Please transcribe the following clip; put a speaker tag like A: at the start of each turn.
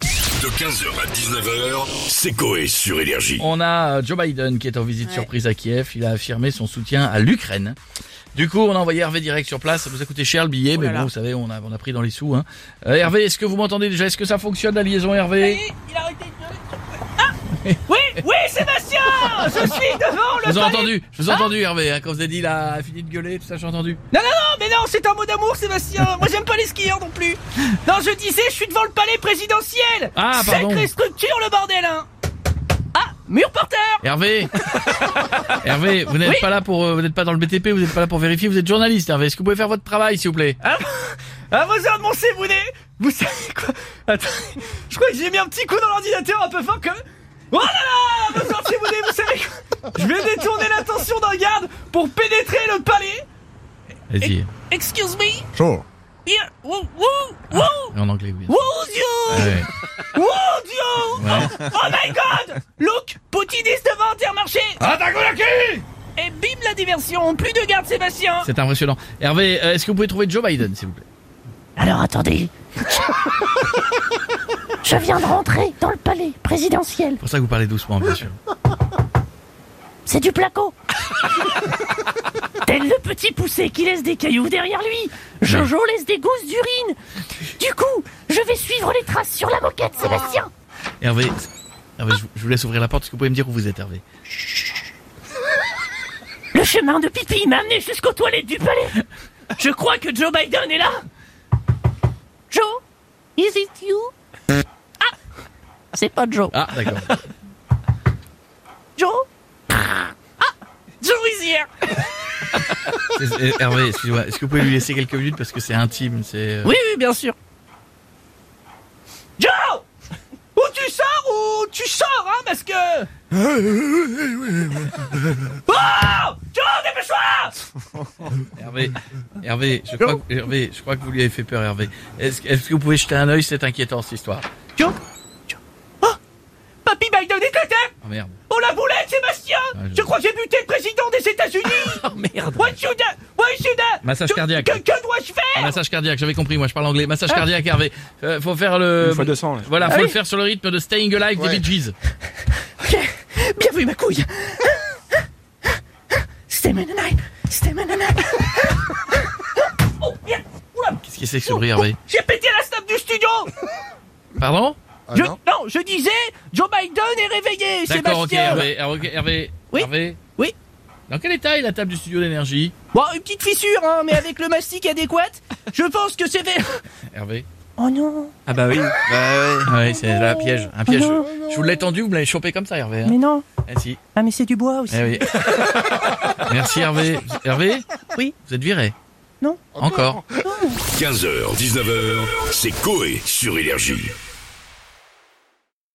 A: De 15h à 19h, c'est Coé sur Énergie.
B: On a euh, Joe Biden qui est en visite
C: Ouais.
B: surprise à Kiev. Il a affirmé son soutien à l'Ukraine. Du coup, on a envoyé Hervé direct sur place. Ça nous a coûté cher le billet,
C: Oh
B: mais
C: là
B: bon,
C: là.
B: vous savez, on a, on a pris dans les sous. Hein. Euh, Hervé, est-ce que vous m'entendez déjà Est-ce que ça fonctionne la liaison, Hervé
D: Il a arrêté de pleurer. Ah Oui, oui, Sébastien Je suis devant le
B: Je vous ai
D: palais
B: entendu, je vous
C: Ah.
B: ai entendu, Hervé, hein, quand vous avez dit là, fini de gueuler, tout ça, j'ai entendu.
D: Non, non, non, mais non, c'est un mot d'amour, Sébastien Moi, j'aime pas les skieurs non plus Non, je disais, je suis devant le palais présidentiel
B: Ah, pardon.
D: Sacrée structure, le bordel, hein Ah, mur par terre
B: Hervé, Hervé, vous n'êtes
D: Oui.
B: pas là pour, euh, vous n'êtes pas dans le BTP, vous n'êtes pas là pour vérifier, vous êtes journaliste, Hervé. Est-ce que vous pouvez faire votre travail, s'il vous plaît
D: Ah, À vos ordres, mon Sébounet Vous savez quoi Attends, je crois que j'ai mis un petit coup dans l'ordinateur un peu fort, comme... Oh là là À vos ordres, Sébounet, vous savez quoi Je vais détourner l'attention d'un garde pour pénétrer le palais
B: Vas-y,
D: Excuse me
E: Sure.
D: Yeah, woo, woo, woo,
B: en anglais, oui.
D: woo, you,
B: Ouais.
D: woo, you.
B: Ouais.
D: Oh my God! Look, poutiniste devant Intermarché.
C: Ah,
D: Et bim la diversion. Plus de garde, Sébastien.
B: C'est impressionnant. Hervé, euh, est-ce que vous pouvez trouver Joe Biden, s'il vous plaît
F: Alors attendez. Je viens de rentrer dans le palais présidentiel.
B: Pour ça que vous parlez doucement, bien sûr.
F: C'est du placo. Tel le petit poussé qui laisse des cailloux derrière lui. Jojo laisse des gousses d'urine. Du coup, je vais suivre les traces sur la moquette, Sébastien.
B: Hervé, Hervé, je vous- je vous laisse ouvrir la porte. Est-ce que vous pouvez me dire où vous êtes, Hervé
F: Le chemin de pipi m'a amené jusqu'aux toilettes du palais. Je crois que Joe Biden est là. Joe, is it you? Ah, c'est pas Joe.
B: Ah, d'accord.
F: Joe,
D: Joe is here.
B: C'est- euh, Hervé, excusez-moi. Est-ce que vous pouvez lui laisser quelques minutes parce que c'est intime, c'est. euh,
D: Oui, oui, bien sûr. Joe, ou tu sors ou tu sors, hein, parce que. Oh, Joe, dépêche-toi.
B: Hervé, Hervé, je crois, que, Hervé, je crois que vous lui avez fait peur, Hervé. Est-ce est-ce que vous pouvez jeter un œil C'est inquiétant cette histoire.
D: Joe, Joe. Oh, Papy Biden est à terre.
B: Oh merde.
D: Oh la boulette, Sébastien
B: Ah, je-
D: je... crois que j'ai buté le président des États-Unis Oh merde What should I... What should I...
B: Massage
D: Que-
B: cardiaque.
D: Que, que dois-je
B: Un
D: faire
B: Massage cardiaque, j'avais compris, moi je parle anglais. Massage cardiaque, Hervé. Euh, faut faire le.
G: Une fois 200, là.
B: Voilà, faut
D: Ah
B: le
D: oui
B: faire sur le rythme de Staying Alive des
E: Ouais.
B: Bee Gees.
F: Bien vu ma couille Stay man and I, stay man and I.
D: Oh merde Oula
B: Qu'est-ce qui c'est que ce bruit, Hervé
D: J'ai pété la snap du studio
B: Pardon
E: Ah
D: je...
E: non
D: je disais, Joe Biden est réveillé,
B: D'accord,
D: Sébastien
B: ok, Hervé. Hervé, ok, Hervé.
D: Oui
B: Hervé.
D: Oui.
B: Dans quel état est la table du studio d'énergie
D: Bon, une petite fissure, hein, mais avec le mastic adéquat, je pense que c'est... fait-
B: Hervé.
F: Oh non, Oh
G: Ah bah oui. Bah ouais.
B: Ah oui, c'est là, un piège. Un piège.
F: non.
B: Je vous l'ai tendu, vous me l'avez chopé comme ça, Hervé. hein.
F: mais non
B: Ah si.
F: Ah mais c'est du bois aussi
B: Eh oui. Merci, Hervé. Hervé
F: Oui.
B: Vous êtes viré
F: Non.
B: Encore.
A: 15h, 19h, c'est Coé sur Énergie.